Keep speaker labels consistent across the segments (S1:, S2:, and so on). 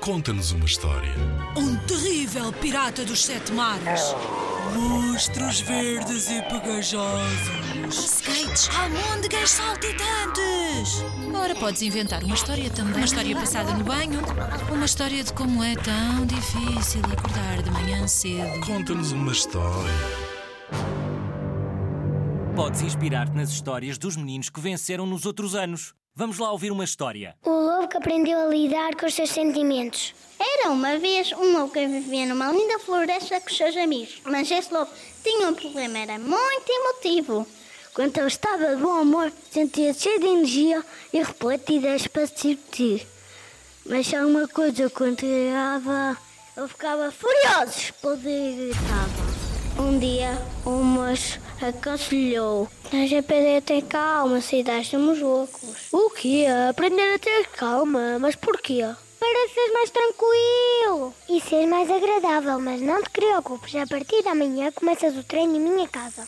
S1: Conta-nos uma história.
S2: Um terrível pirata dos sete mares. Monstros verdes e pegajosos.
S3: Skates, almôndegas saltitantes.
S4: Ora, podes inventar uma história também. Uma história passada no banho. Uma história de como é tão difícil acordar de manhã cedo.
S1: Conta-nos uma história.
S5: Podes inspirar-te nas histórias dos meninos que venceram nos outros anos. Vamos lá ouvir uma história.
S6: O lobo que aprendeu a lidar com os seus sentimentos.
S7: Era uma vez um lobo que vivia numa linda floresta com os seus amigos, mas esse lobo tinha um problema, era muito emotivo.
S8: Quando ele estava de bom humor, sentia-se cheio de energia e repleto de ideias para se divertir. Mas se alguma coisa contrariava, ele ficava furioso, explodia e gritava.
S6: Um dia, o moço aconselhou: Nós aprender a ter calma, se estamos loucos.
S8: O quê? Aprender a ter calma? Mas porquê?
S6: Para ser mais tranquilo e ser mais agradável, mas não te preocupes, a partir da manhã começas o treino em minha casa.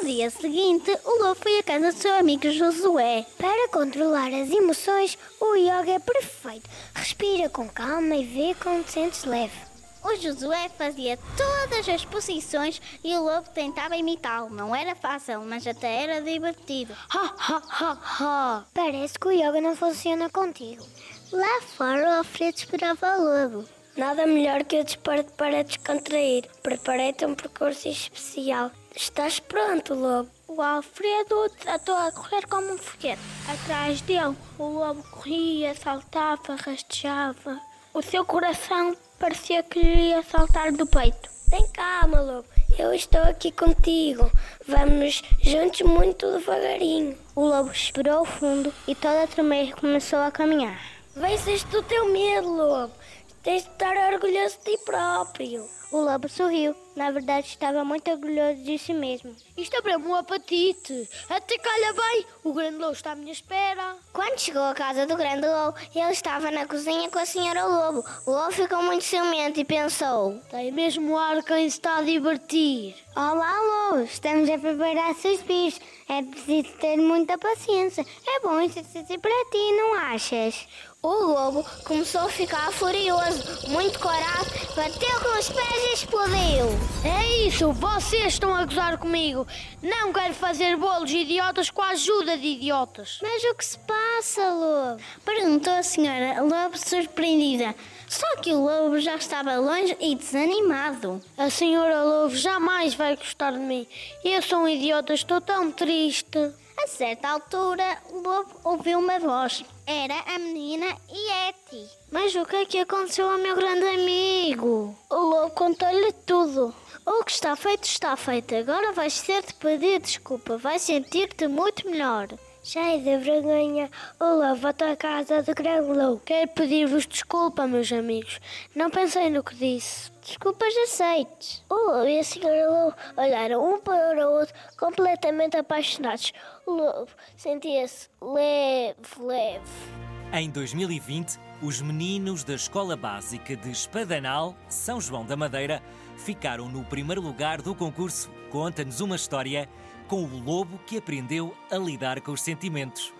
S7: No dia seguinte, o lobo foi à casa do seu amigo Josué.
S6: Para controlar as emoções, o yoga é perfeito. Respira com calma e vê como te sentes leve.
S7: O Josué fazia todas as posições e o lobo tentava imitá-lo. Não era fácil, mas até era divertido.
S6: Ha, ha, ha, ha! Parece que o yoga não funciona contigo.
S7: Lá fora, o Alfredo esperava o lobo.
S8: Nada melhor que o desporto para descontrair. Preparei-te um percurso especial. Estás pronto, lobo?
S6: O Alfredo tratou a correr como um foguete. Atrás dele, o lobo corria, saltava, rastejava. O seu coração parecia que lhe ia saltar do peito.
S8: Tem calma, lobo. Eu estou aqui contigo. Vamos juntos muito devagarinho.
S7: O lobo esperou o fundo e todo a tremer começou a caminhar.
S8: Venceste o teu medo, lobo. Tens de estar orgulhoso de ti próprio.
S7: O lobo sorriu. Na verdade, estava muito orgulhoso de si mesmo.
S8: Isto abriu-me um apetite. Até calha bem. O grande lobo está à minha espera.
S7: Quando chegou à casa do grande lobo, ele estava na cozinha com a senhora lobo. O lobo ficou muito ciumento e pensou...
S8: Tem mesmo ar quem se está a divertir.
S7: Olá, lobo. Estamos a preparar seus bichos. É preciso ter muita paciência. É bom exercício para ti, não achas? O lobo começou a ficar furioso, muito corado, bateu com os pés e explodiu.
S8: É isso, vocês estão a gozar comigo. Não quero fazer bolos idiotas com a ajuda de idiotas.
S7: Mas o que se passa, lobo? Perguntou a senhora lobo surpreendida. Só que o lobo já estava longe e desanimado.
S8: A senhora lobo jamais vai gostar de mim. Eu sou um idiota, estou tão triste.
S7: A certa altura, o lobo ouviu uma voz. Era a menina Yeti.
S8: Mas o que é que aconteceu ao meu grande amigo?
S7: O lobo contou-lhe tudo. O que está feito, está feito. Agora vais ter de pedir desculpa. Vais sentir-te muito melhor.
S8: Cheio de vergonha, o lobo voltou à casa do grande lobo. Quero pedir-vos desculpa, meus amigos. Não pensei no que disse.
S7: Desculpas aceites.
S8: O lobo e a senhora lobo olharam um para o outro, completamente apaixonados. O lobo sentia-se leve, leve.
S5: Em 2020, os meninos da Escola Básica de Espadanal, São João da Madeira, ficaram no primeiro lugar do concurso Conta-nos uma História com o lobo que aprendeu a lidar com os sentimentos.